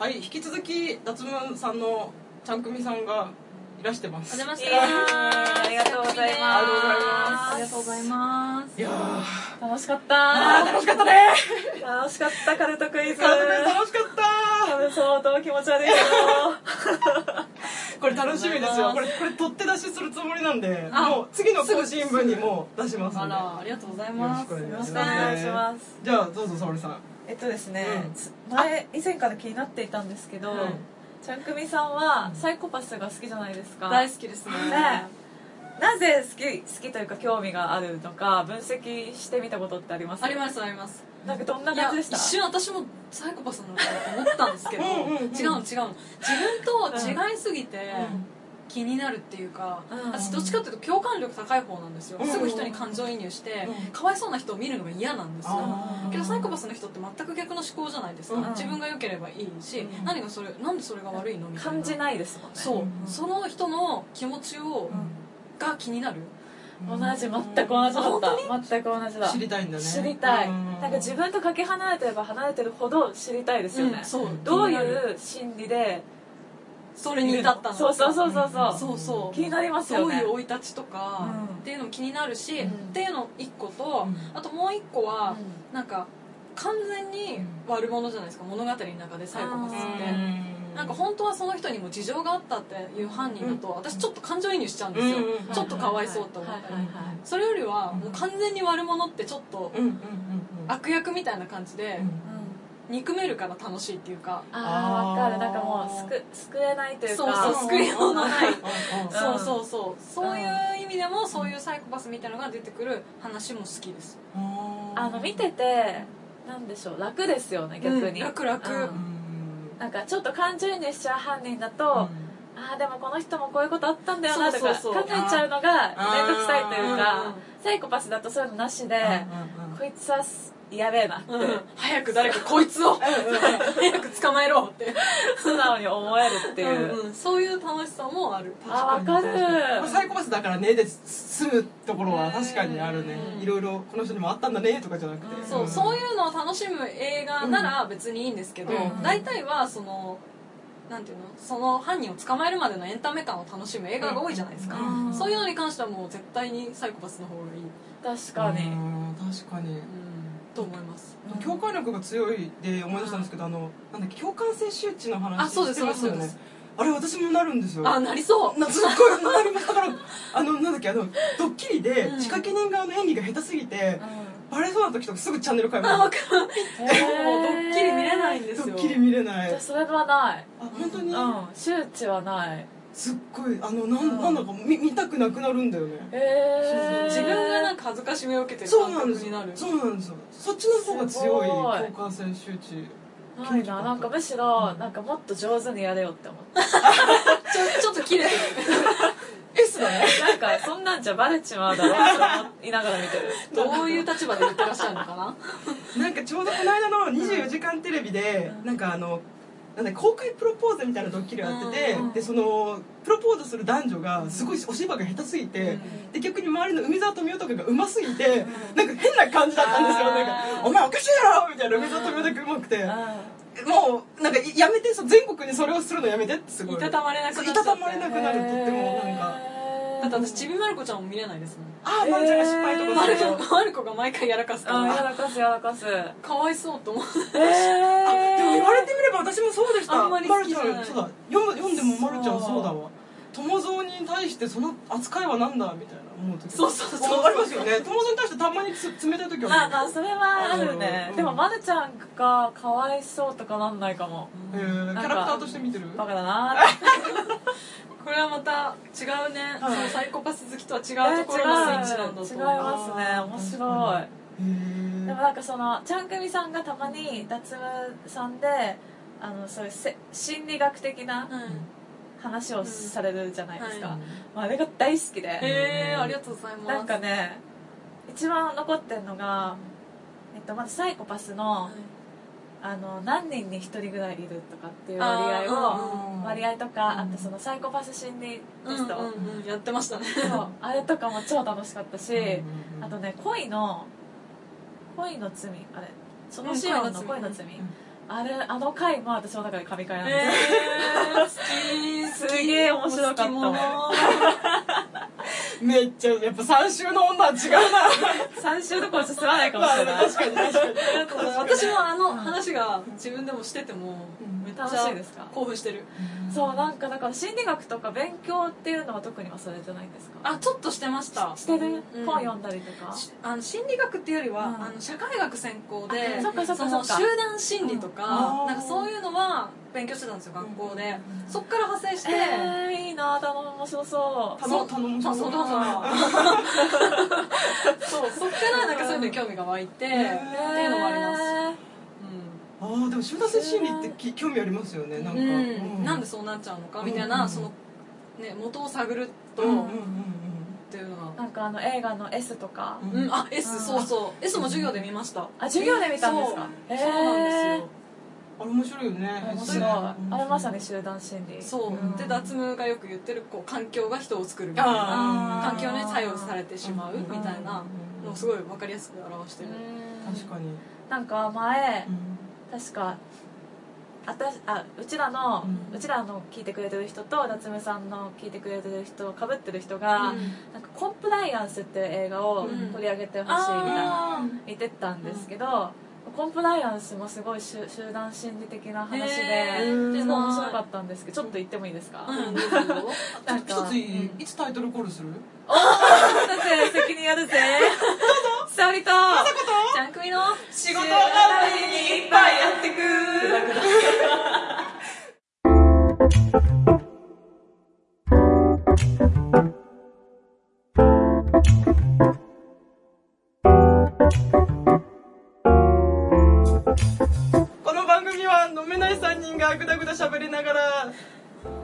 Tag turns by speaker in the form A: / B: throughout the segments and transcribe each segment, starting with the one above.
A: はい引き続き脱ムーンさんのちゃんくみさんがいらしてます
B: お邪魔して
C: え
B: います
C: ーありがとうございます
B: ありがとうございます
A: いやー
B: 楽しかっ
A: あ
B: た
A: ー楽しかったね
C: 楽しかったカルトクイ
A: 家
C: ズ
A: 族で楽しか
C: 多
A: っ
C: 分相当気持ち悪いけど
A: たこれ楽しみですよこれこれ取って出しするつもりなんで
B: あ
A: もう次の更新分にもう出します
B: あ
A: んで
B: らありがとうございます
A: よろしくお願いします
C: お願いします
A: じゃあどうぞ沙織さん
C: えっとですね、
A: うん
C: つ前以前から気になっていたんですけど、
A: うん
C: ちゃんくみさんはサイコパスが好きじゃないですか
B: 大好きですね
C: ねなぜ好き好きというか興味があるのか分析してみたことってあります
B: ありますあります
C: なんかどんない
B: や
C: 感じでした
B: 一瞬私もサイコパスなのかなと思ったんですけど
A: うんうんうん
B: 違うの違うの自分と違いすぎて気になるっていうか、
C: うん
B: 私どっちかっていうと共感力高い方なんですよ、
A: うん
B: すぐ人に感情移入して、
A: うん
B: かわいそうな人を見るのが嫌なんですよ
A: あー
B: けどサイコパスの人って全く逆の思考じゃないですか、
A: うん
B: 自分が良ければいいし、
A: うん
B: 何がそれなんでそれが悪いのみたいな
C: 感じないですもんね
B: そう、
A: うん
B: その人の気持ちを、が気になる
C: 同じ全く同じだった全く同じだ
A: 知りたいんだね
C: 知りたい
A: うん
C: なんか自分とかけ離れてれば離れてるほど知りたいですよね、
B: うんそう
C: ど
B: 気
C: う
B: になる
C: いう心理で
B: それに至ったの
C: そうそうそうそうそう
B: そうそう
C: 気になりますよね
B: どういう生い立ちとか、
C: うん
B: っていうのも気になるし、
A: うん
B: っていうの1個と、
A: うん
B: あともう1個は、
C: う
B: なんか完全に悪者じゃないですか物語の中でサイコパスって。
A: うん
B: なんか本当はその人にも事情があったっていう犯人だと、私ちょっと感情移入しちゃうんですよ、
A: うんうんうん
B: ちょっとかわいそうと思ったり、
C: はいはいはい
B: それよりはもう完全に悪者ってちょっと
A: うんうんうんうん
B: 悪役みたいな感じ
A: う
B: で
A: ん
C: うん
B: 憎めるから楽しいっていうか、
C: ああわか
A: あー
C: るなんかもう救救えないというか
B: そうそう救いようのない
A: うん
B: そうそうそうそういう意味でもそういうサイコパスみたいなのが出てくる話も好きです、
C: あの見ててなんでしょう楽ですよね逆に、
B: うん楽々
C: う
A: うんん
C: なんかちょっと感情移入しちゃう犯人だと、ああでもこの人もこういうことあったんだよなとか
B: そうそうそう
C: 考えちゃうのが面倒くさいという
B: うんうん
C: かサイコパスだとそういうのなしで
A: うんうん
C: こいつはやべえなって
B: うん早く誰かこいつを早く捕まえろって
C: 素直に思えるっていう、
B: うんうんそういう楽しさもある
C: あわかる
A: まあサイコパスだからねで済むところは確かにあるね
B: うん
A: いろいろこの人にもあったんだねとかじゃなく
C: う
A: て
C: ん
B: そうそういうのを楽しむ映画なら別にいいんですけど、
A: うん
B: 大体はそのなんていうのその犯人を捕まえるまでのエンタメ感を楽しむ映画が多いじゃないですか、
A: うん
B: そういうのに関してはもう絶対にサイコパスの方がいい、
C: 確かに、
A: うん確かに
B: と思います
C: うん
A: 共感力が強いで思い出したんですけどあのなんだっけ共感性周知の
B: あ
A: 話
B: そうで
A: し
B: す
A: てますよ
B: そうで
A: ね
B: す
A: あれ私もなるんですよ
B: あなりそう
A: なすっごいなりました からあのなんだっけあのドッキリで
B: うん
A: 仕掛け人側の演技が下手すぎて
C: うん
A: バレそうな時とかすぐチャンネル変え
B: あ
A: ま
B: わ
A: す
B: かるもうドッキリ見れないん
C: じ
B: です
A: ド
B: よ
A: ッキリ見れない
C: ゃ
A: あ
C: あそれはない
A: 本当
C: う
A: に
C: ん周知はない
A: すっごいあのなんなんだか見見たくなくなるんだよね
C: えー、
B: 自分がなん
C: か
B: か恥ずかしめを受けてる
A: そう
B: 感
A: なんで
B: 覚
A: す
B: になる
A: そうなんですよそっちの方が強い
C: すごい
A: 交感性周知
C: ないななんかむしろなんかもっと上手にやれよって思って
B: ちょちょっと切れてる
A: S だ ね
C: なんかそんなんじゃバレちまうだろうと思いながら見てる
B: どういう立場で言ってらっしゃるのかな
A: なんかちょうどこの間の『24時間テレビ』で
C: うん
A: なんかあのなんだ公開プロポーズみたいなドッキリをやってて、
C: うん
A: でそのプロポーズする男女がすごいお芝居が下手すぎて、で逆に周りの梅沢富美男とかがうますぎて、なんか変な感じだったんですよ
C: あー
A: なんか「お前おかしいだろ!」みたいな梅沢富美男がうまくて、
C: う
A: もうなんかいやめてそう全国にそれをするのやめてってすごい
B: いたたまれなくなっちゃって
A: いたたまれなく
C: ん
A: なるとってもなんか
B: だって私ちびまる子ちゃんも見れないですもん
A: ああまるちゃんが失敗
C: え
A: と
C: ー
A: か
B: マ
A: す
B: ル
A: る
B: コ
A: と
B: マルコが毎回やらかすか
C: うんや
B: ら
C: らかすやらかす
B: かわいそうと思う
C: えー
A: あでも言われてみれば私もそうでした
B: あんまり好きじゃない
A: まるちゃんそうだ読む読んでもまるちゃんそうだわ友蔵に対してその扱いはなんだみたいな思う時
B: そうそうそう
A: ありますよね友蔵に対してたまにつ冷たい時
C: まあ
A: は
C: まあそれはある
A: う
C: ね
A: ん
C: でもまるちゃんがかわいそうとかなんないかも
A: えーキャラクターとして見てる
C: バカだなーって
B: これはまた違うね、
A: はい
B: そのサイコパス好きとは違
C: 違う
B: うところのスイッチなんだと
C: 違いますね面白い
A: へー
C: でもなんかそのちゃんくみさんがたまに脱毛さんであのそういうせ心理学的な話をされるじゃないですか、
B: うんは
C: まあ、あれが大好き
B: うん、
C: で
B: へえありがとうございます
C: なんかね一番残ってるのが、えっと、まずサイコパスの,、
B: はい
C: あの何人に1人ぐらいいるとかっていう
B: あ
C: 割
B: ー
C: 合を
A: うん
C: 割合とかあとそのサイコパス心理テスト、
B: うんうんうん、やってましたね
C: そうあれとかも超楽しかったし、
A: うん
C: あとね恋の恋の罪あれそのシオンの
B: うん恋
C: 恋
B: の
C: の
B: 罪
C: 罪
A: うん
C: あれあの回も私の中で神回なんで、
B: えー、 好き
C: すげえ面白かったわ
B: 好き
A: めっちゃやっぱ三週の女は違うな
C: 3週どころじゃ済まないかも
A: ま
C: し
A: あ
C: れない
A: 確かに確かに
B: 者だから私もあの話が自分でもしてても
A: うん
B: めっちゃ
C: 楽しいですか
B: 興奮してる
C: そうなんかだから心理学とか勉強っていうのは特にはそれじゃないんですか
B: あちょっとしてました
C: してる、
B: うん
C: 本読んだりとか
B: しあの心理学っていうよりは、
C: うん
B: あの社会学専攻で
C: あそっかそっかそっ
B: の
C: か
B: 集団心理とか,、
A: うん
B: なんかそういうのは勉強してたんですよ学校で、そっから派生して、
C: えー、いいな頼む面白そう
A: 頼頼もう
B: そうそうどうぞそうそっからなんかそういうのに興味が湧い
A: ん
B: て、っていうのもあります、
A: あーでも集団性心理ってき興味ありますよねなん
B: うん
A: か、
B: うんなんでそうなっちゃうのかみたいな、
A: うん
B: その、ね、元を探ると、
A: うんうん
B: っ
A: うん
B: ていうのが、
C: なんかあの映画の S とか、
A: うん
B: うん、あ S、
C: うん
B: そうそう S も授業で見ました
C: あ授業で見たんですか
B: そう,、そうなんですよ
A: あれ面白いよね
C: 面
B: 白い
C: あれまさに集団心理
B: そう、
A: うん
B: で脱毛がよく言ってるこう環境が人を作るみたいな
A: あ
C: あ
A: ー
B: 環境に作用されてしまうみたいなのをすご
A: い
B: い分かりやすく表してる、
A: 確かに、
C: なんか前
A: うん
C: 確かあたしあうちらの、
A: う
C: うちらの聞いてくれてる人と夏目さんの聞いてくれてる人かぶってる人が、
B: うん
C: なんかコンプライアンスっていう映画を取り上げてほしいみたいな、
B: あー
C: 見てたんですけど、コンプライアンスもすごい集集団心理的な話で、
B: へ
A: ー
C: すごい面白かったんですけどちょっと言ってもいいですか、
B: うん、どうぞどうぞ
C: なん
A: 一
C: か
A: ついい、
C: うん
A: いつタイトルコールする
C: だって責任あるぜ沙織とちゃんくみの
A: 仕
C: 事
A: あ
C: りにいっぱいやってく
A: この番組は飲めない3人がぐだぐだ喋りながら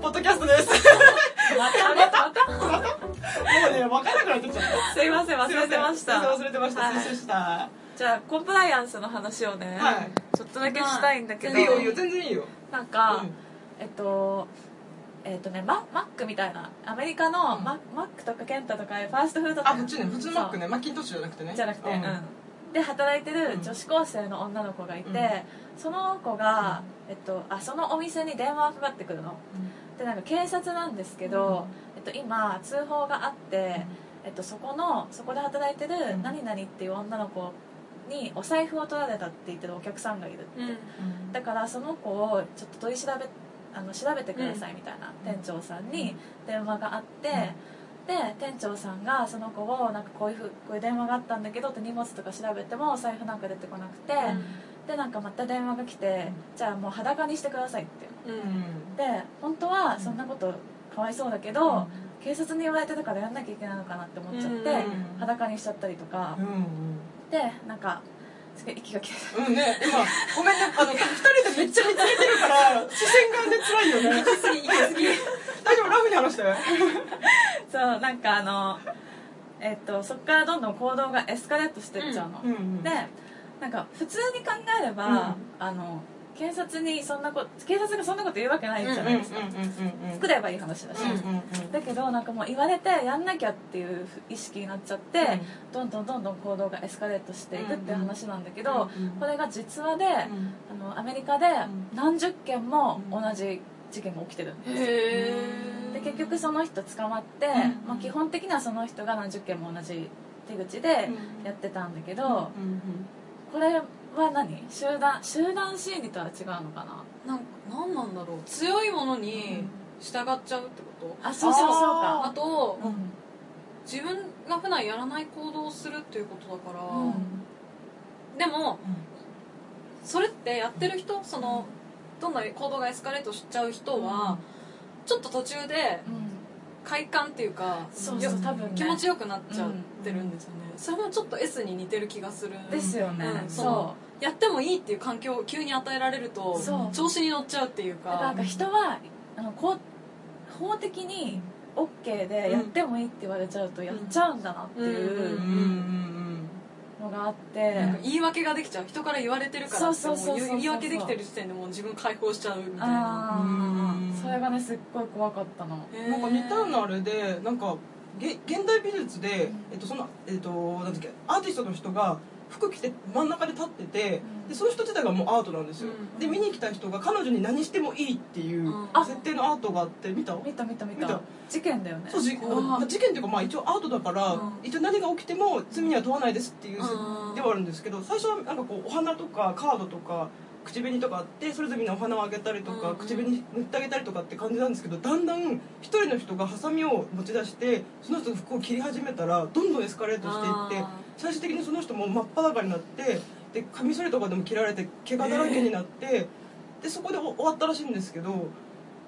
A: ポッドキャストです
C: またまた
A: もうね分からなくなってきちゃった
C: すいません忘れてました
A: すいせん忘れてました、
C: はい
A: 失礼した
C: じゃあコンプライアンスの話をね、
A: はい
C: ちょっとだけしたいんだけど、
A: いいよいいよ全然いいよ
C: なんか、
A: うん
C: えっとえっとねママックみたいなアメリカのマ,、マックとかケンタとかああいうファーストフード店
A: あこっちね普通のマックねマッキントッシュじゃなくてね
C: じゃなくて、
A: う
C: うんんで働いてる女子高生の女の子がいて、
A: うん
C: その子が、えっと、あそのお店に電話がかかってくるのでなんか警察なんですけど、えっと、今通報があって、えっと、そこのそこで働いてる
A: うん
C: 何々っていう女の子にお財布を取られたって言ってるお客さんがいる
B: うん
A: うん
C: だからその子をちょっと取り調べあの調べてくださいみたいな、
A: うん
C: 店長さんに電話があって、で店長さんがその子をなんかこういうふうこういう電話があったんだけどって荷物とか調べてもお財布なんか出てこなくて、でなんかまた電話が来て、じゃあもう裸にしてくださいって
B: うん
A: う
B: うん
A: ん
C: で本当はそんなことかわいそうだけど、警察に言われてたからやんなきゃいけないのかなって思っちゃって、
A: うん
C: 裸にしちゃったりとか
A: う、んうん
C: でなんかすごい息が切れた
A: うんね、今、ごめんね、あの、二人でめっちゃ見つめてるから、視線がね、辛いよね。
B: 行き過ぎ行き過ぎ
A: 大丈夫、ラフに話して。
C: そうなんかあのえっとそっからどんどん行動がエスカレートしてっちゃうの、
A: うんうん
C: でなんか普通に考えれば、あの警察にそんなこと警察がそんなこと言うわけないじゃ
A: うん
C: な
A: うん
C: い
A: うん
C: ですか、
A: うんうん。
C: 作ればいい話だし、
A: うんうんうん。
C: だけどなんかもう言われてやんなきゃっていう意識になっちゃって、どんどんどんどん行動がエスカレートしていくっていう話なんだけど、これが実話で、
A: うん
C: あのアメリカで
A: ん
C: 何十件も同じ事件が起きてるんです、
B: へえ
C: で結局その人捕まって、
A: ん
C: まあ、基本的にはその人が何十件も同じ手口でやってたんだけど、
A: うん
C: これは何集団集団心理とは違うのかな
B: なんか何なんだろう強いものに従っちゃうってこと
C: あそうそうそう
A: あ
C: か
B: あと
A: うん
B: 自分が普段やらない行動をするっていうことだから、
C: うん
B: でもそれってやってる人そのどんどん行動がエスカレートしちゃう人は、ちょっと途中で
C: うん
B: 快感っていうか
C: そうそう
B: よ
C: 多分、ね、
B: 気持ちよくなっちゃってるんですよね、それもちょっと S に似てる気がする
C: ですよね、
B: うん
C: そ
B: やってもいいっていう環境を急に与えられると
C: そう
B: 調子に乗っちゃうっていう
C: うだからな
B: か
C: んか人はあのこう法的に OK でやってもいいって言われちゃうとやっちゃうんだなってい
A: うん
C: う
A: うんうん
C: のがあって、
B: なんか言い訳ができちゃう人から言われてるからって
C: そうそうそうそうそう
B: も言い訳できてる時点でもう自分解放しちゃうみたいな
C: あ
A: うん
C: あそれがねすっごい怖かったの
B: へ
A: う
B: ー
A: ん。なんか似たようなあれで、なんか。げ現代美術で、えっと、その、えっと、なんだっけ、アーティストの人が。服着て真ん中で立ってて
C: うん
A: でその人自体がもうアートなんですよ
B: うん
A: で見に来た人が彼女に何してもいいっていう
B: うん
A: 設定のアートがあって見た
C: 見た見た見た
A: 見た
C: 事件だよね
A: そうじ
B: うん
A: あ事件っていうかまあ一応アートだから、
B: うん
A: 一応何が起きても罪には問わないですっていう設
B: うん
A: ではあるんですけど最初はなんかこうお花とかカードとか口紅とかあってそれぞれみんなお花をあげたりとか、
B: うん
A: 口紅塗ってあげたりとかって感じなんですけどだんだん一人の人がハサミを持ち出してその人の服を切り始めたらどんどんエスカレートしていって
B: あ
A: 最終的にその人も真っ裸になってでカミソリとかでも切られて怪我だらけになって、でそこでお終わったらしいんですけど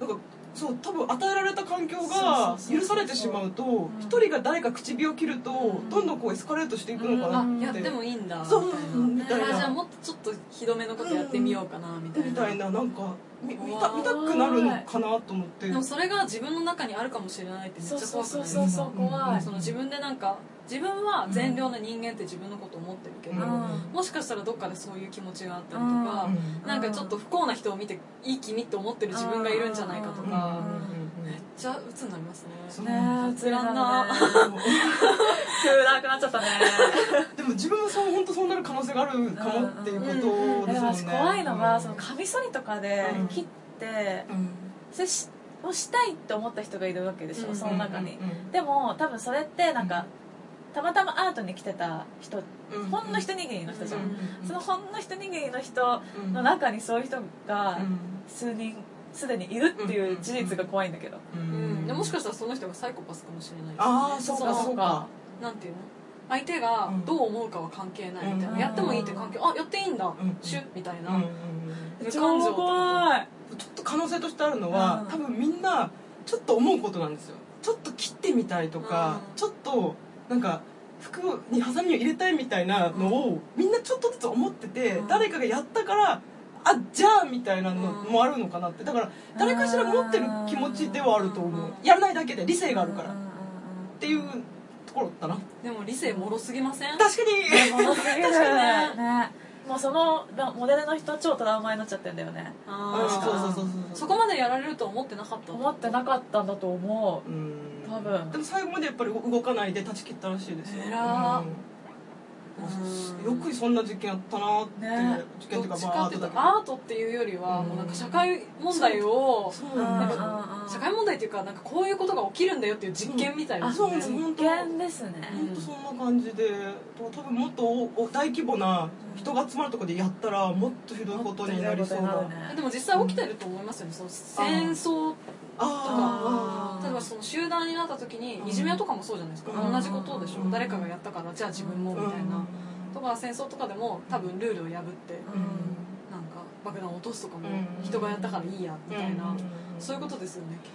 A: なんかそう多分与えられた環境が
C: そうそうそうそう
A: 許されてしまうと
C: ん
A: 一人が誰か唇を切ると
B: うん
A: どんどんこうエスカレートしていくのか
B: ー
A: な
B: あ
A: って。
B: やってもいいんだ
A: そう
B: みた
A: みたい
B: いな
A: な
B: あーじゃあもっとちょっとひどめのことやってみようかなみたいな
A: みたいななんかみ見た
B: うわー
A: 見たくなるのかなと思って
B: でもそれが自分の中にあるかもしれないってめっち
C: そ
B: ゃ
C: うそ
B: 怖
C: う
B: くな
C: そ
B: い
C: うそうそう怖い
B: その自分でなんか自分は善良な人間って自分のこと思ってるけど、
A: うん
B: もしかしたらどっかでそういう気持ちがあった
A: う
B: りとか
A: ん、
B: なんかちょっと不幸な人を見ていい君って思ってる自分がいるんじゃないかと
A: うん
B: か、
A: うん
B: めっちゃ鬱になりますね
A: そう
C: ねえつらんな
B: つ
C: 急なくなっちゃったね
A: でも自分もそう本当そうなる可能性があるかもっていうことです
B: うん
A: もん
C: で
A: ね
C: も私怖いのがそのカミソリとかで
A: うん
C: 切って
A: うん
C: それしをしたいって思った人がいるわけでし
B: う
C: ょ
B: ん
C: その中に
A: うんうん
C: でも多分それってなんかたまたまアートに来てた人
A: うん
C: ほんの一握りの人じゃ
A: うんん
C: そのほんの一握りの人
A: うん
C: の中にそういう人が
A: うん
C: 数人すでにいるっていう事実が怖いんだけど
B: うん、でもしかしたらその人がサイコパスかもしれない
A: ああそうか
B: そ
A: そうか
B: なんていうの相手がどう思うかは関係ないみたいな、
A: うん
B: やってもいいって関係あやっていいんだ、
A: ん
B: シュッみたいな、
A: うん
B: 無感情
C: 超
B: とか
C: 怖い
A: ちょっと可能性としてあるのは、
C: うん
A: 多分みんなちょっと思うことなんですよちょっと切ってみたいとか、
B: うん
A: ちょっとなんか服にハサミを入れたいみたいなのを、みんなちょっとずつ思ってて、
B: うん
A: 誰かがやったからあじゃあみたいなの
B: うん
A: もあるのかなってだから誰かしら持ってる気持ちではあると思う、
B: うん
A: やらないだけで理性があるから、
C: う
A: っ
C: んうんうん
A: ていうところだな
B: でも理性もろすぎません
A: 確かに
C: ものすぎる
B: 確かに
C: ねもうそのモデルの人超トラウマになっちゃってんだよね
B: あー
C: うんそうそう
A: そうそう
B: そこまでやられると思ってなかった
C: 思ってなかったんだと思
A: うん
C: う多分
A: でも最後までやっぱり動かないで断ち切ったらしいですよ、
B: えらー
A: うん
B: う
A: よ
B: ん
A: くそんな事件あったなって、
C: ね
A: 事件
B: ど
A: っていうか
B: っち
A: ま
B: か
A: あ
B: っていうと
A: 後だ
B: アートっていうよりは
A: うん
B: もうなんか社会問題を
A: けど
C: うん
A: なん
C: う
A: で
C: ん
A: すよ
C: うん
B: 社会問題っていうかなんかこういうことが起きるんだよっていう実験みたい
A: あ
B: な
A: そうなんです
B: ね
A: 本当
C: 危険ですね
A: 本当そんな感じで多分もっとお大規模な人が集まるとこでやったらもっとひどいことになりそう
C: な
A: な
C: るね
B: でも実際起きてると思いますよねその戦争
A: あ
C: あー
B: 例えばその集団になった時にいじめとかもそうじゃないですか
A: うん
B: 同じことでし
A: う
B: ょ
A: ん
B: 誰かがやったからじゃあ自分
A: あ
B: もみたいな
A: う
B: と
A: ん
B: か戦争とかでも多分ルールを破ってなんか爆弾を落とすとかも
A: うん
B: 人がやったからいいやみたいな
A: うん
B: そういうことですよねきっ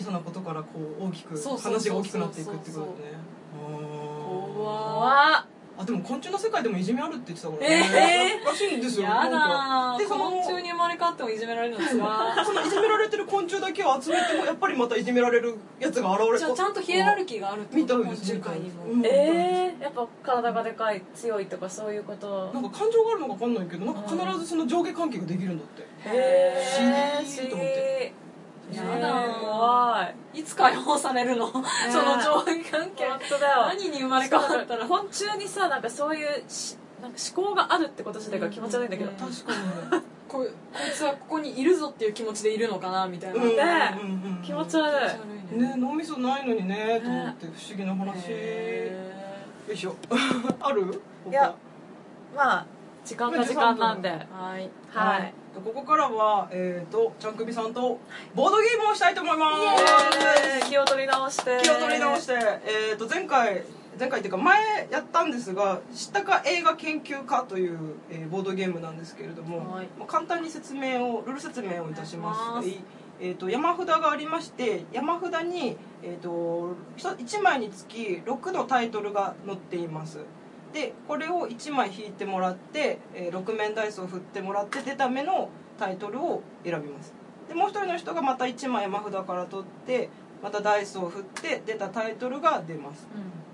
A: 小さなことからこう大きく
B: そうそうそう
A: 話が大きくなっていくってことね
B: と
A: あー
B: 怖
C: 怖
A: あでも昆虫の世界でもいじめあるって言ってたから
B: え
A: らしいんですよ
B: や
A: なんか
B: だー
A: でその
B: 昆虫に生まれ変わってもいじめられるのつら
A: そのいじめられてる昆虫だけを集めてもやっぱりまたいじめられるやつが現れ る
B: じゃあちゃんとヒエラルキーがあるって
A: み
B: こ
A: た
B: と
A: い
B: 昆
A: です
B: 虫
A: みた
B: 界
A: い
B: に
A: です
B: も、
A: うん
C: えー、やっぱ体がでかい強いとかそういうこと
A: なんか感情があるのか分かんないけどなんか必ずその上下関係ができるんだって
C: へ
A: え
C: え
A: 不思議と思って
B: や
C: や
B: だ
C: だ
B: ー
C: 怖い
B: いつ解放されるのその上下関係
C: 本当だよ
B: 何に生まれ変わったら
C: 昆虫にさなんかそういうしなんか思考があるってこと自体が気持ち悪いんだけど、
B: うん
C: ね
A: 確か
B: ここいつはここにいるぞっていう気持ちでいるのかなみたいな、
A: にね
B: 気持
C: ね
A: うんうんうん
C: 気持ち悪
B: ち悪
A: い
B: い
A: ね
B: ね
A: 脳みそないのにねと思って不思議な話よ
B: へ
A: いしょ ある
C: いやまあ時間が時間なんで
B: ーはい
A: 他
C: は
A: はい
C: い
A: ここからはえっとちゃんくびさんとボードゲームをしたいと思います
C: えー気を取り直して
A: 気を取り直して、えー、と前回前回っていうか前やったんですが「知ったか映画研究家」という、えーボードゲームなんですけれども、
B: はい
A: まあ簡単に説明をルール説明をいたします
B: お願いしま
A: は
B: す
A: いえー、と山札がありまして山札に、えー、と1枚につき6のタイトルが載っていますでこれを1枚引いてもらって、え6面ダイスを振ってもらって出た目のタイトルを選びますでもう一人の人がまた1枚山札から取ってまたダイスを振って出たタイトルが出ます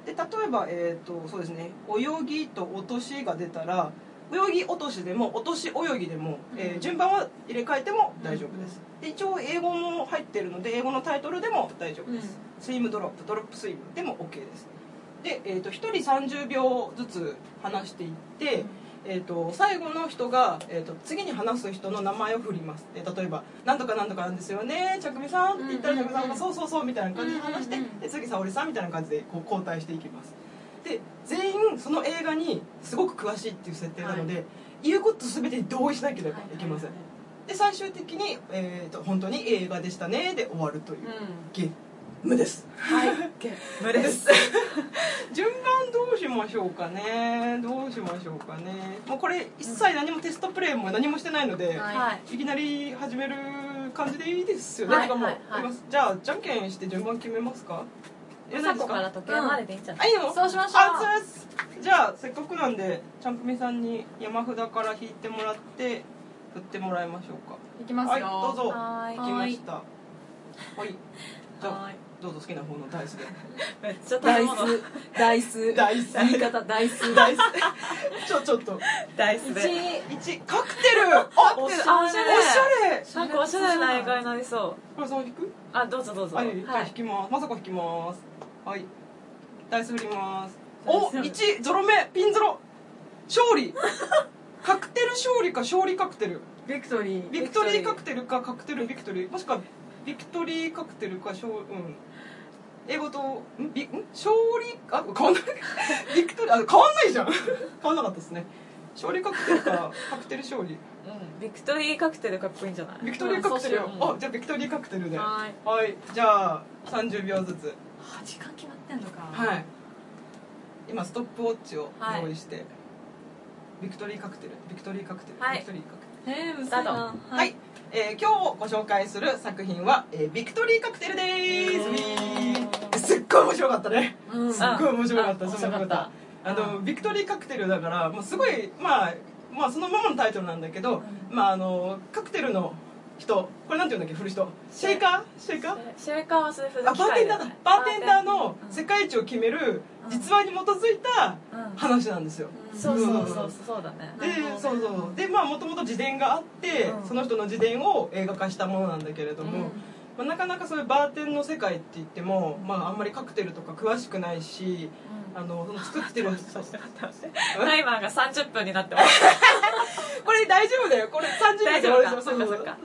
A: で例えば、えー、とそうですね「泳ぎ」と「落とし」が出たら泳ぎ落としでも落とし泳ぎでも、えー
B: うん
A: 順番は入れ替えても大丈夫です、で一応英語も入ってるので英語のタイトルでも大丈夫
B: うん
A: です、スイムドロップドロップスイムでも OK ですで、えー、と1人30秒ずつ話していって、えー、と最後の人が、えー、と次に話す人の名前を振りますで例えば「なんとかなんとかなんですよね着美さん」って言ったら
B: うんうん
A: 着
B: う
A: 美
B: ん
A: さんが「そうそうそう」みたいな感じで話して
B: うんうんうん
A: で次沙織さんみたいな感じでこう交代していきますで全員その映画にすごく詳しいっていう設定なので、言うこと全てに同意しなければいけませんで最終的に、えーと「本当に映画でしたね」で終わるというゲームです
C: はい
A: 無です 順番どうしましょうかねどうしましょうかねもうこれ一切何もテストプレイも何もしてないので、
B: はい
C: はい
A: い、きなり始める感じでいいですよね、
C: は
A: て
C: い
A: かもう
C: はいはい
A: いますじゃあじゃんけんして順番決めますかえ
C: さこから時計まででいいんじゃな
A: あ
C: い
A: いいの
B: そうしましょう
A: あそうですじゃあせっかくなんでちゃんくみさんに山札から引いてもらって振ってもらいましょうか
B: いきますよ
A: はいどうぞ
C: はい
A: 行きましたはいじゃあ
B: はい
A: どうぞ好きな方のダイスで
C: めっちゃ
B: ダ
C: 大
B: イス
C: 好き
B: ダイス
A: ダイス
B: 言い方ダ イス
A: ダイスちょちょっと
C: 大
B: 一
A: 一カクテルあお
C: おし
A: し
C: ゃ
A: ゃ
C: れ
A: れ
C: なんかおしゃれな映画になりそう
A: これさん引く
C: あどうぞどうぞ
A: は、
C: はいい
A: じゃあ引きますまさこ引きますはいダイス振りますお
B: ダイス
A: 一ゾロ目ピンゾロ勝利カクテル勝利か勝利カクテル
B: ビクトリー
A: ビクトリーカクテルかカクテルビクトリーもしくはビクトリーカクテルか勝うん英語とんビん勝利あ変わんないビクトリーあ変わんないじゃん変わんなかったですね勝利カクテルかカクテル勝利
C: うんビクトリーカクテルかっこいいんじゃない
A: ビクトリーカクテル
B: うんそうしよう
A: あじゃあビクトリーカクテルでは
B: はい
A: いじゃあ30秒ずつ
B: あ時間決まってんのか
A: はい今ストップウォッチを
C: はい
A: 用意して、ビクトリーカクテルビクトリーカクテル、
C: はい
A: ビクトリーカクテル
B: えーむずい
C: スター
B: な
A: はい、えー今日ご紹介する作品は、えービクトリーカクテルでーすウィーンすっごい面白かったね
B: うん
A: すっごい面白かった
C: あ
A: すごい面白
C: 面
A: あのビクトリーカクテルだから、まあ、すごい、まあ、まあそのままのタイトルなんだけど、まああのカクテルの人これなんて言うんだっけ振る人シェイカーシェイカー
C: シェイカーはそれ普
A: あバ
C: 段
A: ーテンダーだバーテンダーの
C: うん
A: 世界一を決める
C: うん
A: 実話に基づいた話なんですよ、
B: うん
C: そうそうそうそうだね
A: で
B: なるほどね
A: そうそうでまあもともと自伝があって、
C: うん
A: その人の自伝を映画化したものなんだけれども、
B: うん
A: まあ、なかなかそういうバーテンの世界って言っても、まあ、あんまりカクテルとか詳しくないしあのその作ってる
C: タイマーが30分になってます
A: これ大丈夫だよこれ30秒
C: 大
A: で
C: 丈
A: 終わ
C: 夫
A: り
C: か
A: そうそうそう
C: そ
A: そう
C: っか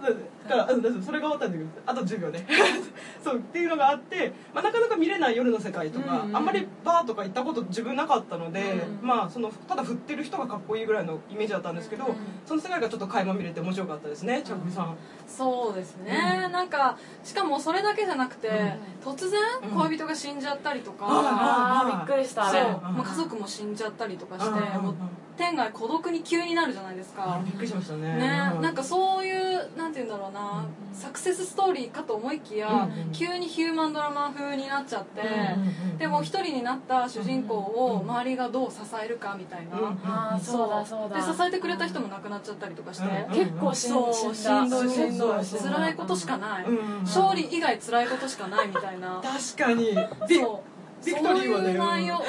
A: だからうん大丈夫それが終わったんだけどあと10秒ね そうっていうのがあって、まあ、なかなか見れない夜の世界とか、
B: うんうん
A: あんまりバーとか行ったこと自分なかったので、
B: うん
A: まあそのただ振ってる人がかっこいいぐらいのイメージだったんですけど、
B: うん
A: その世界がちょっと垣間見れて面白かったですねちゃくみさん、
B: そうですね、なんかしかもそれだけじゃなくて、突然
A: うん
B: 恋人が死んじゃったりとか、
A: あ
C: あーびっくりしたあ
B: そ
C: れ
B: う、
A: うんうん
B: まあ、家族も死んじゃったりとか
A: う
B: し
A: んうん
B: て、もう天外孤独に急になるじゃないです
A: あ
B: か、
A: びっくりしましたね
B: ね
A: う
B: なんかそういうなんて言うんだろうな、
C: うん
B: サクセスストーリーかと思い
A: う
B: き
A: んう
B: や、
A: ん
B: 急にヒューマンドラマ風になっちゃって、
A: うんうんうん
B: でもう一人になった主人公を
A: うん
B: 周りがどう支えるかみたいな、
A: うん
C: あーそうだそうだ
B: で支えてくれた人も亡くなっちゃったりとかして、
A: うん
C: 結構しん
B: そう
C: し
B: し
C: んだ
B: んどいしんどい
A: そうそうそう
B: 辛いことしかない、
A: うんうんうん
B: 勝利以外辛いことしかないみたい な
A: 確かにビ
B: そう
A: ビクトリーはね
B: そういう内容、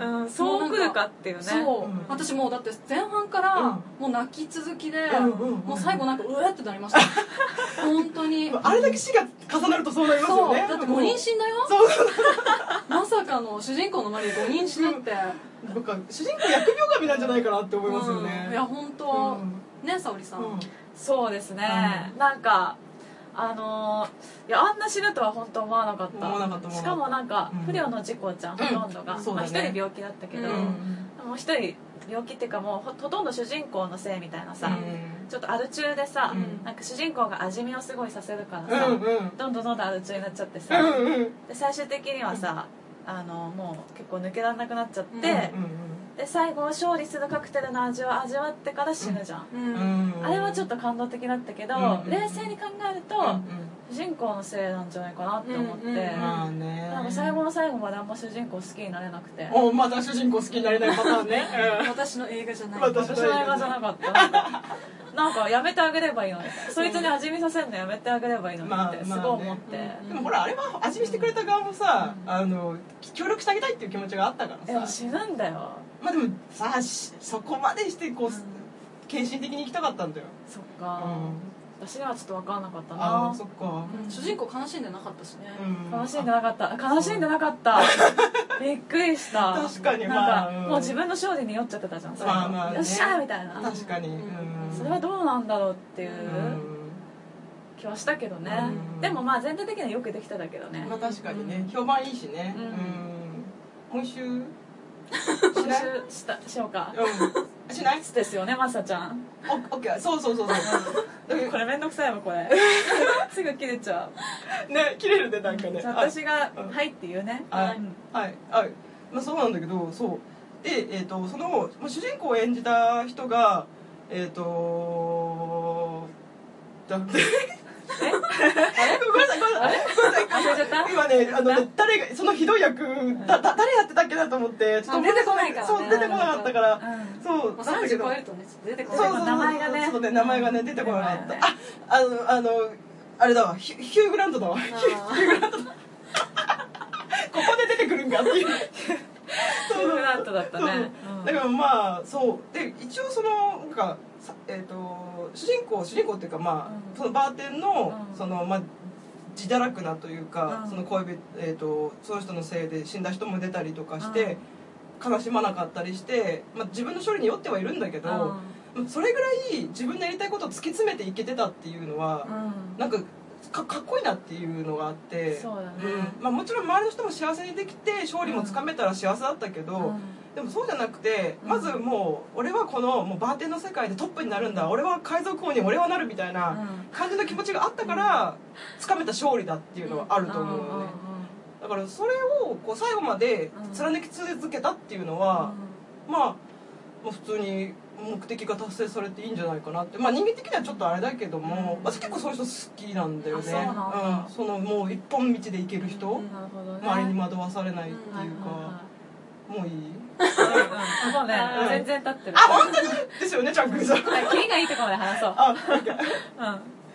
B: うん
C: うんそう来るかっていうね
B: そう、
A: うん
B: 私もうだって前半から
A: うん
B: もう泣き続きで、
A: うんうんうん
B: もう最後なんかうわってなりました 本当に
A: あれだけ死が重なるとそうなりますよ
B: そう
A: ね
B: だって5人死んだよ
A: そう
B: まさかの主人公の周りで5人死ぬって、
A: なんか主人公疫病神なんじゃないかなって思いますよね、
B: うんいや本当、ね沙織さん、
A: うん
C: そうですね、
A: う
C: なんかあのーいやあんな死ぬとは本当思わなかった
A: 思わなかった
C: しかもなんか、
A: うん
C: 不慮の事故じゃんほとんどが、
A: うんそう
C: ま
A: だ
C: あ、
A: ね
C: 一人病気だったけど、
B: うん
C: でもう一人病気っていうかもうほほとんど主人公のせいみたいなさ、ちょっとアル中でさ、
A: うん
C: なんか主人公が味見をすごいさせるから
A: うん
C: さ、
A: うんうん
C: どんどんどんどんアル中になっちゃってさ、
A: うんうん
C: で最終的にはさ、あのもう結構抜けられなくなっちゃって、
B: うん
C: で最後勝利するカクテルの味を味わってから死ぬじゃん、
B: うん
A: うん
C: あれはちょっと感動的だったけど、
A: うん
C: 冷静に考えると、
A: うんうん
C: 主人公のせいなんじゃないかなって思って、
B: うんうんうん
A: まあね
C: なんか最後の最後まであんま主人公好きになれなくて
A: おまた主人公好きになれないパターンね、
B: 私の映画じゃない
A: 私
C: 私の映画じゃなかったなんかなんかやめてあげればいいのにそいつに味見させるのやめてあげればいいのに
A: まあ
C: ってすごい思って、
B: まあね
A: うんでもほらあれは味見してくれた側もさ、あの協力してあげたいっていう気持ちがあったから
C: え
A: さ
C: 死ぬんだよ
A: まあでもさあしそこまでしてこう、
C: うん
A: 献身的に行きたかったんだよ、
C: そっか、私にはちょっと分からなかった
A: ああ
C: な
A: そっか
B: うん主人公悲しんでなかったしね、
A: うん
C: 悲しんでなかった悲しんでなかったびっくりした
A: 確かにま
C: な
A: あ
C: んか
A: うん
C: もう自分の勝利に酔っちゃってたじゃん最後
A: まあまあね
C: よっしゃーみたいな
A: 確かに
B: うん
A: うん
C: それはどうなんだろうっていう
A: うん
C: 気はしたけどね
A: うん
C: でもまあ全体的にはよくできてたけどね
A: まあ確かにね評判いいしね
C: うん
A: うんもう一周しない
C: 復習したしようか
A: うんしない
C: いつですよねまさちゃん
A: オッオッケーそうそうそうそう
C: これめんどくさいわこ れすぐ切れちゃ
A: ね切れるねな
C: うん
A: かね
C: じゃあ私が
A: うん
C: 「はい」って言うね
A: あはい
C: うん
A: はいはい、まあ、そうなんだけどそうで、えー、とそのまあ主人公を演じた人がえっ、とだ ごめんなさいごめんなさい
C: 忘れちゃっ た
A: 今ねあのね誰がそのひどい役だだ誰やってたっけなと思ってちょっと思い出せ
B: あ
A: そう出てこなかったから、
C: うん
A: そう
B: まあ、
A: なんだけ
B: 30
A: ど
B: 超えるとねちょっと出てこ
A: そうそうそ
B: ない
A: う
C: 名前がね
A: そうね名前がね出てこなかった、
C: 出てこないよね
A: ああのあのあれだわヒュヒュー・グラントだわ
B: あ
A: ここで出てくるんかっていう
C: そうフラットだったね
A: だからまあそうで一応そのなんかさえっ、と主人公主人公っていうかまあ、
C: うん
A: そのバーテンの、
C: うん
A: そのまあ自堕落なというか、
C: うん
A: その恋人、えー、とその人のせいで死んだ人も出たりとかして、悲しまなかったりして、まあ、自分の処理によってはいるんだけど、
C: うん
A: まあそれぐらい自分のやりたいことを突き詰めていけてたっていうのは、
C: うん
A: なんかかかっこいいなっていうのがあって
C: そうだね
A: んまあ、もちろん周りの人も幸せにできて勝利もつかめたら幸せだったけど、
C: うん
A: でもそうじゃなくて
C: うん
A: まずもう俺はこのもうバーテンの世界でトップになるんだ俺は海賊王に俺はなるみたいな感じの気持ちがあったからつかめた勝利だっていうのはあると思うよねだからそれをこう最後まで貫き続けたっていうのはまあもう普通に目的が達成されていいんじゃないかなってまあ人間的にはちょっとあれだけども
C: うん
A: 私結構そういう人好きなんだよね
C: あそうなんだ
A: うんそのもう一本道で行ける人
C: うんなるほどね
A: 周りに惑わされないっていう
C: はいはい
A: か
C: は
A: もういい
C: いもうね
B: うん
C: 全然立ってる
A: あ本当にですよねチャン君さん
C: はいキリがいいとこまで話そう
A: あ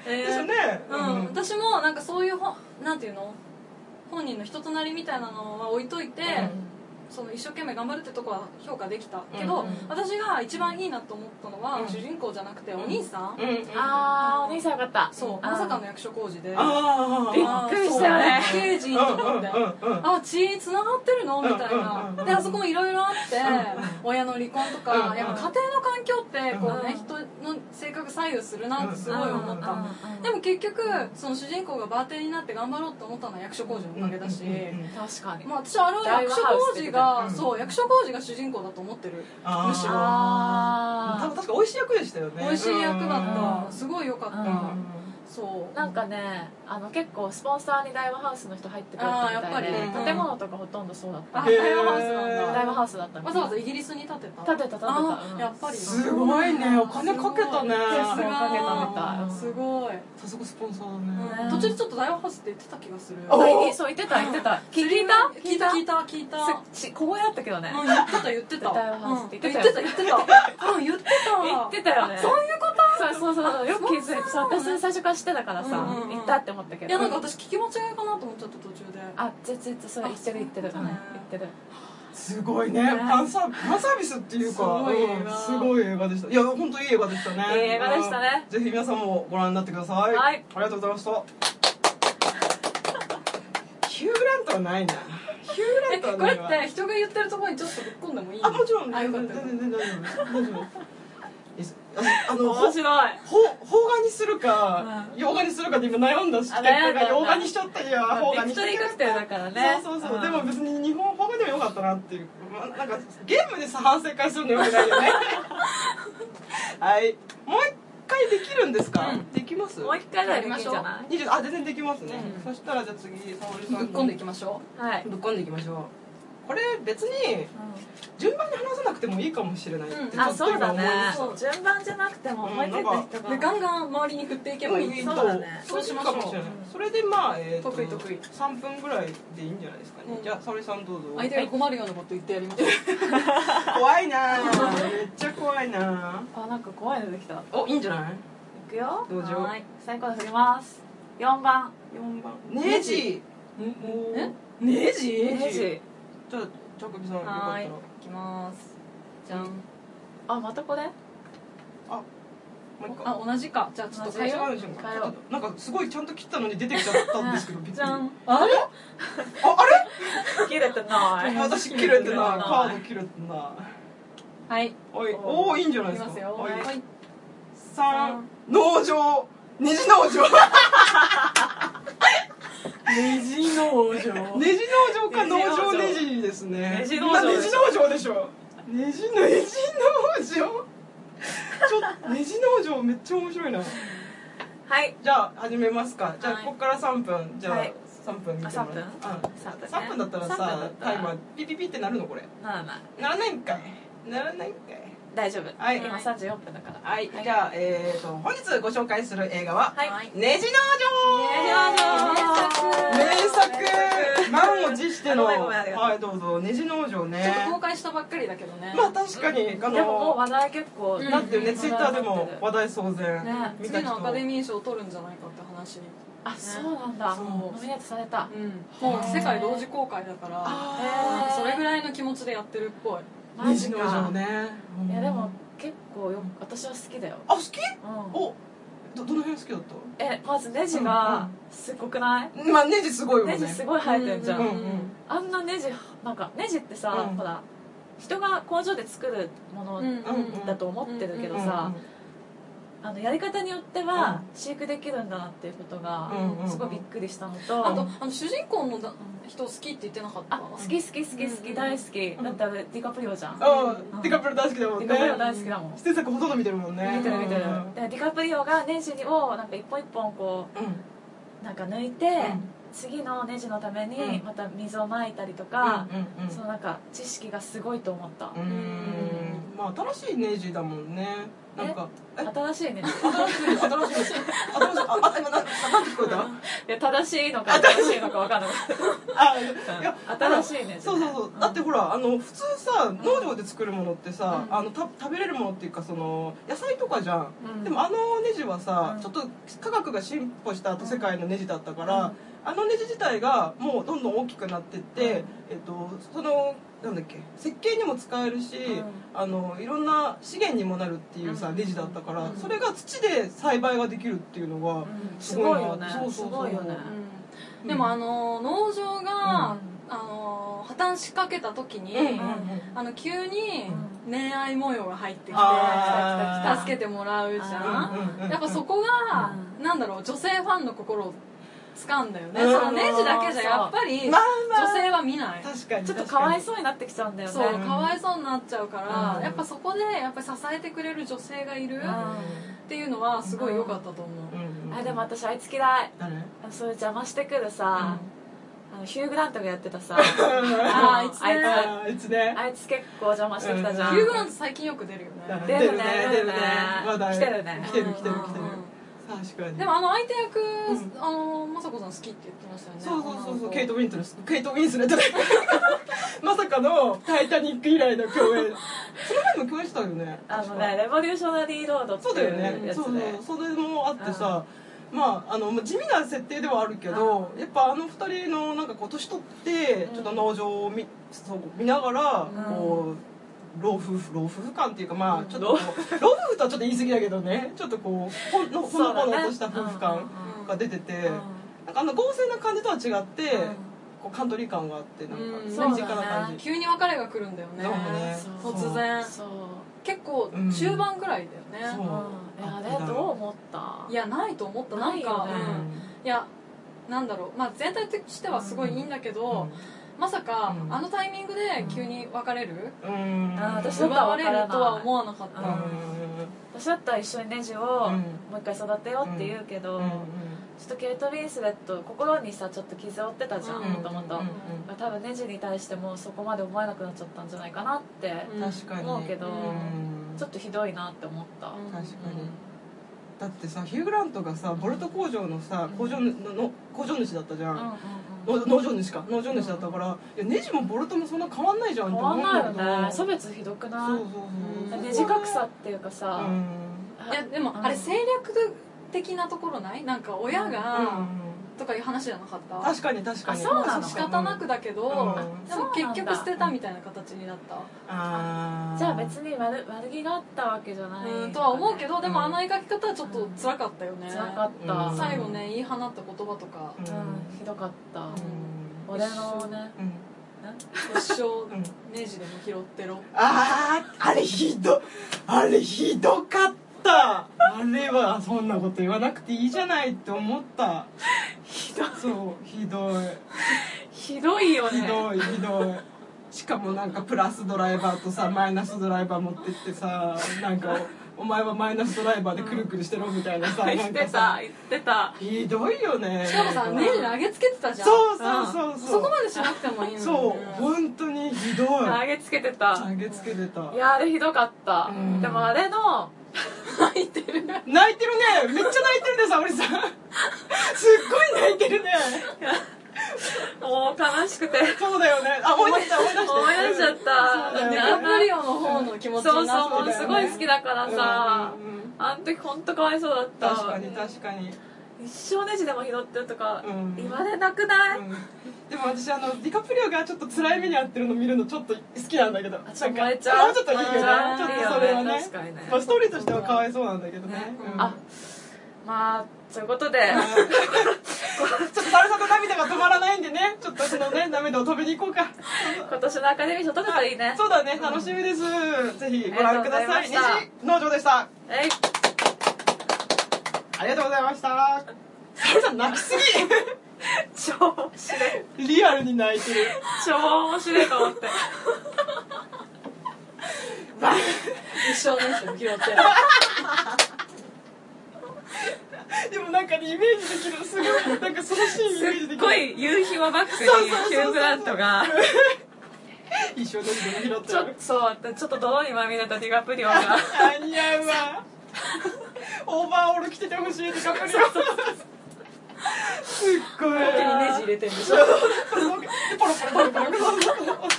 A: ですよね
B: ーえーうん、私もなんかそういう本なんていうの本人の人となりみたいなのは置いといて、その一生懸命頑張るってとこは評価できたけど、
A: うんうん
B: 私が一番いいなと思ったのは、
A: うん
B: 主人公じゃなくてお兄さん、
A: うんうん
C: あーお兄さんよかった
B: そう
C: あー
B: まさかの役所工事で
A: あ
C: びっ
A: ー
C: くりしたよね
B: そう刑事
A: う
B: とかって、
A: んうんうん
B: あ血つながってるのみたいな、
A: うんうんうんうん
B: であそこもいろいろあって、親の離婚とか、
A: うんうん
B: やっぱ家庭の環境ってこうね、
C: うん
B: 人の性格左右するなってすごい思った、
A: うん
B: でも結局その主人公がバーテンになって頑張ろうと思ったのは役所工事のおかげだし、
A: うんうんうんうん
C: 確かに
B: まあ、私はあれは役所工事
A: う
B: が
A: ん
B: そう役所工事が主人公だと思ってる
A: あー
B: むしろ
A: 多
C: あ
A: 分確か美味しい役でしたよね
B: 美味しい役だっ
C: うん
B: たすごい良かっ
C: う
B: たそう
C: ーなんかねあの結構スポンサーにダイワハウスの人入ってくれたみ
B: あーや
C: たい
A: っ
C: で、
A: ぱりね
C: 建物とかほとんどそうだっ
B: あ
C: た
A: へー
B: ダイワハウスなん
C: ダイ
B: だ
C: ワハウスだったみ
B: わ
C: たい
B: ざわざイギリスに建てた
C: 建てた建てた
B: あ
C: うん
B: やっぱり
A: すごいねお金かけたね
B: さす
C: お金かけた
B: が
C: みたい
B: すごい
A: 早速スポンサーだね
B: うん途中でちょっとダイワハウスって言ってた気がする
A: お
C: 前にそう言ってた言ってた聞いた
B: 聞いた聞いた聞いたうん
C: すちここやったけどね
B: 言ってた言ってた
C: ダイワハウスって言って
B: うん
C: たよ
B: 言ってた言ってたうん言ってた
C: 言ってたよねそういうことそうそうそうよく気づいてそう私最初から知ってたからさ
B: うんうんうん
C: 行ったって思ったけ
B: いやなんか
C: ど
B: 私聞き間違いかなと思っちゃった途中で
C: あ全然それ言ってる言ってる
B: あ
C: う
B: そ
C: ん
B: う
C: 言
B: だね
C: ってる
A: すごいねファンサーファンサービスっていうか
B: すごい映画
A: うんすごい映画でしたいや本当いい映画でしたね
C: いい映画でしたね
A: うんぜひ皆さんもご覧になってください
C: はい
A: ありがとうございましたヒュー・グラントはないなヒュー・グラ
B: え
A: ントは
B: こ
A: な
B: れ
A: いわ
B: って人が言ってるところにちょっとぶっ込んでもいい
A: あもちろん
B: あよ
A: 全
B: かっ
A: 然
B: た
A: 大
B: よかっ
A: 丈夫大丈夫ですああのほ
C: 面白い
A: ほ邦画にするか
C: う
A: 洋画にするかで今悩んだし
C: あ
A: 結
C: 悩んだ
A: 果洋画にしちゃったいや邦画
C: ビ
A: に
C: ク
A: し
C: トリー
A: ちゃ
C: カ
A: っ
C: クテルだから
A: た
C: ね
A: そうそうそう、
C: ん
A: でも別に日本邦画でもよかったなっていう、まあ、なんかゲームでさ反省会するのよくないよね はいもう一回できるるんですか、
B: うん
A: できます
C: もう一回ぐらいできるんじゃない
A: 20あ全然できますね、
B: うん
A: そしたらじゃあ次沙織
B: た
A: さん
B: ぶっ
A: に
B: 込んでいきましょ
C: はい、
A: ぶっこんでいきましょうこれ別に順番に話さなくてもいいかもしれないって、
B: うん
A: ちょ
C: あ
A: っと
C: そう
A: 今
C: だ
A: 思い
C: ね
A: ました
B: そう
C: 順番じゃなくても思いついた人
B: う
C: が、
B: でガンガン周りに振っていけばいい
C: ん
A: そ
C: そうう
A: だ
C: だ
A: ね
C: ね
A: そうしましょう
B: そうしましょう
A: それでまあ、えー、と
B: 得意得意
A: 3分ぐらいでいいんじゃないですかね、
B: うん
A: じゃあ沙織さんどうぞ怖
B: 相手が困るようなこと言ってやりみたい
A: いなあめっちゃ怖いなあ
C: あなんか怖いのできたい
A: おいいんじゃない
C: くよ
A: どうぞ
B: はい
C: サイコロ振ります4番
A: 4番ネジ
B: え
A: ネジ
C: ネジ
A: じゃあちゃくびさんよか
B: は
A: っ
B: い
A: た
B: い
A: ら
B: きますじゃん
C: あまたこれ
A: もう一個
B: あ同じかじゃあちょっと変えよう
A: 違うでしょ
C: 変えよう
A: ちょっとなんかすごいちゃんと切ったのに出てきちゃったんですけどびっくり
C: じゃん
B: あれ
A: ああれ
C: 切れてない
A: 私切れてない
C: 切れてない
A: カード切れてない
B: はい
A: おい
C: お
A: おおいいんじゃない
B: い
A: で
B: き
A: すか
B: ますよ
A: はい
B: はい
A: 三農場ネジ農場
B: ネジ農場
A: ネジ農場か
C: ネジ農
A: 農場
C: 場
A: ネジですね
C: ネジ農場
A: みんなネジ農場でしょネジのネジ農場ちょネジ農場めっちゃ面白いな
C: はい
A: じゃあ始めますかじゃあ
B: はい
A: ここから三分じゃあ
C: はい
A: 三分見てもらう
C: あ三分三分
A: うん三分
C: ね
A: だったら
C: 三分だ
A: さ
C: ったら
A: タイマーピピピってなるのこれ
C: ならない
A: ならないんかいならないんかい
C: 大丈夫
A: はい
C: 今34分だから
A: はい、
C: はい
A: じゃあ、えー、と本日ご紹介する映画は
C: はい
B: はい
A: 「ネジ農場」
C: ネ
A: 名
C: ジ農
A: 作
C: 場名作
A: 満を持しての
C: あごめんごめんありがとう
A: はいどうぞネジ農場
B: ちょっ
A: ね
B: と公開したばっかりだけどね
A: まあ確かにあ
C: でももう
A: の
C: 話題結構
B: うん
A: だって
B: う
A: ね
B: ん
A: ツイッターでも話題騒然、
C: ね
A: 見た
B: 次
A: 人
B: のアカデミー賞を取るんじゃないかって話に
C: あそうなんだ
A: そう
C: ノミネートされた
B: うんもう世界同時公開だから
A: あ
B: それぐらいの気持ちでやってるっぽい
A: ーネジ農場ねうん
C: いやでも結構よ私は好きだよ、
A: あ好き
C: うん、
A: おどどの辺好きだっ
C: えまずネジがすごくない、
A: たまあネジすごいよね
C: ネジすごい生えてんじゃん、
A: うん
C: あんなネジなんかネジってさ、
A: うん
C: ほら人が工場で作るものだと思ってるけど
A: うん
C: さ、あのやり方によっては
A: う
C: 飼育できるんだなっていうことが
A: うんうんうん
C: すごいびっくりしたの
B: あ
C: と
B: とあの主人公のだ人好きって言ってなかった
C: あ好き好き好き好
B: うん
C: き大好き
A: ん
C: だってあれディカプリオじゃんデ
A: うんうんディカプロ大好きだもんね
C: ィカプリオ大好きだもん
A: 出演作ほとんど見てるもんね
C: 見てる見てる
A: うん
C: でディカプリオがネジをなんか一本一本こうなんか抜いて
A: ん
C: 次のネジのために
A: うん
C: また水をまいたりとか
A: うんうん
C: そのなんか知識がすごいと思った
A: うんうんまあ新しいネジだもんねなんかえ
C: 新しいね
A: 新しい新しい新しいああ今なんかなんて聞こえた
C: いや正しいのか正しいのか分かんなかっ
A: あいや
C: た新しいね
A: そうそうそうだってほらあの普通さ農場で作るものってさ、
C: うん
A: あのた食べれるものっていうかその野菜とかじゃん、
B: うん
A: でもあのネジはさ、
C: うん
A: ちょっと科学が進歩した後世界のネジだったから、あのネジ自体がもうどんどん大きくなってって、
C: うん
A: えっと、そのなんだっけ設計にも使えるし、
C: う
A: あのいろんな資源にもなるっていうさ、
C: うん
A: ネジだったから、
B: うん
A: それが土で栽培ができるっていうのが、
C: うん
A: す
C: す
A: ご
C: ご
A: い
C: い
A: よ
C: よ
A: ね
C: ね
A: す
C: す
A: ご
C: ご
A: い
C: い
A: よ
C: よ
A: ね
C: ね
B: うんでもあの農場が
C: う
B: あの破綻しかけた時に
A: うんうん
B: あの急に恋愛模様が入ってきて
A: あー
B: 助けてもらうじゃん
C: あ
A: うんうんうん
B: やっぱそこが、
C: う
B: なんだろう女性ファンの心を掴んだよね、
A: うん
B: そのネジだけじゃやっぱり
A: ま
B: 女
A: あまあ
B: 性は見ない、
A: 確かに
C: ちょっとかわい
A: そ
C: そうになってきちゃうんだよね
B: そう
A: ね
B: かわいそうになっちゃうから、
C: うん
B: やっぱそこでやっぱり支えてくれる女性がいる
C: う
B: っ
C: ん
B: ていうのはすごい良かったと思う、
A: うんうん、
C: あでも私あいつ嫌い
A: 誰
C: あそういう邪魔してくるさ、あのヒュー・グラントがやってたさ
B: あ
C: あ
B: あい
C: い
B: つ
C: つ
B: ね
A: あーいつね
C: あいつ結構邪魔してきたじゃん、
B: ヒュー・グラント最近よく出るよね、
C: 出るね出るね
A: まだ
C: 来てるね
A: 来てる来てる
B: うん
A: 来てる確かに
B: でもあの相手役、
A: う
B: あの雅子さん好きって言ってましたよね
A: そうそうそうそうケ
B: 女
A: イト・
B: の
A: ウィントレスケイト・ウィンスレットだ まさかの「タイタニック」以来の共演その前も共演したよね
C: あの
A: 確か
C: ねレボリューショナリー・ロードって
A: そうだよ
C: い
A: ね
C: うやつ
A: そう
C: で、
A: そうそれもあってさまあ、あのまあ地味な設定ではあるけどやっぱあの二人のなんかこう年取って
C: うん
A: ちょっと農場を見,、そう見ながら
C: うん
A: こう老夫婦老夫婦感っていうかま
C: う
A: あ
C: ん
A: ちょっとこう老夫婦とはちょっと言い過ぎだけどねちょっとこうほのほのぼのとした夫婦感
B: うん
A: が出てて、
C: うん
A: なんかあの豪勢な感じとは違って、
C: うん
A: こうカントリー感があってなんか
B: うん
A: 身近な感じ、
B: 急に別れが来るんだよね
A: そうね
C: そう
B: 突然
C: そう、
B: 結構
A: うん
B: 中盤ぐらいだよ
A: そう
B: ね、
C: うん、いやあれどう思った
B: いやないと思ったなんか
C: ないよね
B: うんいやなんだろう、まあ、全体としてはすごいいいんだけど、まさか、
A: うん
B: あのタイミングで急に別れる、
A: うん
C: あー私だっ
B: 奪
C: た
B: わ
C: わ
B: れ
C: か
B: る
C: らない
B: とは思わなかっ
A: う
B: た、
A: ん
C: 私だったら一緒にネジを
A: うん
C: もう一回育てようって言うけど、
A: うんうん
C: ちょっとケイト・ウィンスレット心にさちょっと傷を負ってたじゃ
B: うん
C: んもともと
A: うん
C: 多分ネジに対してもそこまで思えなくなっちゃったんじゃないかなって
B: うん
A: 確かに
C: 思うけど、
A: うん
C: ちょっとひどいなって思った、
B: うん
A: 確かに、
C: うん
A: だってさヒュー・グラントがさボルト工場のさ工場のの工場主だったじゃ
C: うん
A: ん、
C: うんうん
A: の農場主か農場主だったから、いやネジもボルトもそんな変わんないじゃん
C: 変わんないよ
A: って思うんだ
C: ね
A: けど
C: 差別ひどく
A: そう
C: な
A: そうそう、
C: い
B: ん
C: ネジ格差っていうかさ、
A: うん
B: いやでもあれ
C: うん
B: 戦略的なところないなんか親が、
A: うん
B: とかいう話じゃなかった
A: 確かに確かに
C: あそうなの
B: 仕方なくだけど、
A: うん
B: でも結局捨てたみたいな形になった、
A: あー
C: じゃあ別に悪悪気があったわけじゃない、
B: うん、とは思うけどでも
A: うん
B: あの描き方はちょっと辛かったよね、
C: 辛かった、
A: うん
B: 最後ね言い放った言葉とか
A: う
C: うんひどかった、
A: ん
C: 俺のね
A: うん
B: 一生
A: うん
B: ネジでも拾ってろ
A: あーあれひどあれひどかったあれはそんなこと言わなくていいじゃないって思ったひどいそうひどい
C: ひどいよ
A: ひどいひどいしかもなんかプラスドライバーとさマイナスドライバー持ってってさなんかお前はマイナスドライバーでくるくるしてろみたいなさ
C: 言
A: な
C: っ
A: ん
C: て
A: か
C: た
A: さ
C: 言ってた
A: ひどいよね
B: しかもさネジで上げつけてたじゃん
A: そうそうそうそう
B: そこまでしなくてもいいのに
A: そう本当にひどい
C: 投げつけてた
A: 投げつけてた
C: いやあれひどかった、
A: うん
C: でもあれの入って
A: 泣いて
C: る
A: るねめっちゃ泣いてるね沙織さん すっごい泣いてるね
C: もう悲しくて
A: そうだよねあ思い出した思い出した
C: 思い出しちゃっ
A: そうだよ
C: た
A: ね
B: ナポリオンの方の気持ち
C: そう
B: に
C: そ
B: な
C: う
B: っ
C: もう
B: てた
C: す
B: よ
C: ご
B: ね
C: い好きだからさ、
A: うんうんうん
C: あの時本当かわいそうだった
A: 確かに確かに、
C: 一生ネジでも拾ってとか
A: うん
C: 言われなくない、
A: うんでも私あのディカプリオがちょっと辛い目に遭ってるの見るのちょっと好きなんだけど
C: あち
A: な
C: ょっ
A: ん
C: と
A: か
C: 燃えちゃう
A: もうちょっといいよね
B: あー
A: ちょっとそれはね
C: 確かにね
A: まあ、ストーリーとしてはかわいそうなんだけどね
C: ね
A: うん
C: あまあそういうことで
A: ちょっと沙織さんの涙が止まらないんでねちょっとそのね涙を止めに行こうか
C: 今年のアカデミー賞取れたらいいね
A: そうだね楽しみです、ぜひご覧くださ
C: あ
A: い
C: り
A: 西
C: がとうございま
A: 農場でした
C: えい
A: ありがとうございました。サルさん泣きす
C: 超面白い
A: ぎ。リアルに泣いてる。
C: 超面白いと思って
B: 一生ネジでも拾って
A: でもなんかねイメージできるすごいなんかそのシーンイ
C: す
A: メージで
C: っ
A: き
C: ご
A: る。
C: い夕日をバック
A: そうそう
C: に
A: そうそう
C: ヒュー・グラントが
A: 一生でも拾って
C: ちょ
A: や
C: っと
A: る。
C: そうちょっと泥にまみれたディガプリオが
A: あ似合うわ。オーバーオール着ててほしいってカプリオ。すっごい。
B: 手にネジ入れてるんでしょ
A: ポロポロポロポロ ポロ。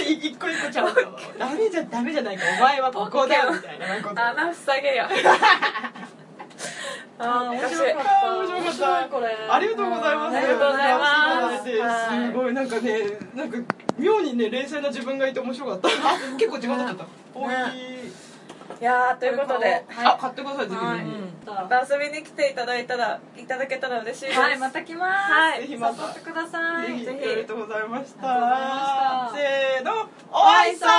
A: 一個一個ちゃんとダメじゃダメじゃないかお前はここだみたいななんかこと
C: 穴塞げよ あー面白か
A: あー面白かっ
C: っ
A: た
B: 面白いこれ
A: ありがとうございます。
C: ありがとうございます
A: すごいなんかね、なんか妙にね冷静な自分がいて面白かった。あ結構時間経っちゃった。おい。
C: たいやーということで
A: あ買ってください次
B: はい
A: に。
C: また遊びに来ていただいたらいただけたら嬉しいです、
B: はいまた来ます
C: はい
A: ぜひまた
B: 誘ってください
A: ぜひ
C: ぜ
A: あ
C: ひ
A: りがとうございました。
B: ありがと
A: せー
B: うございました
A: の、おいしそう。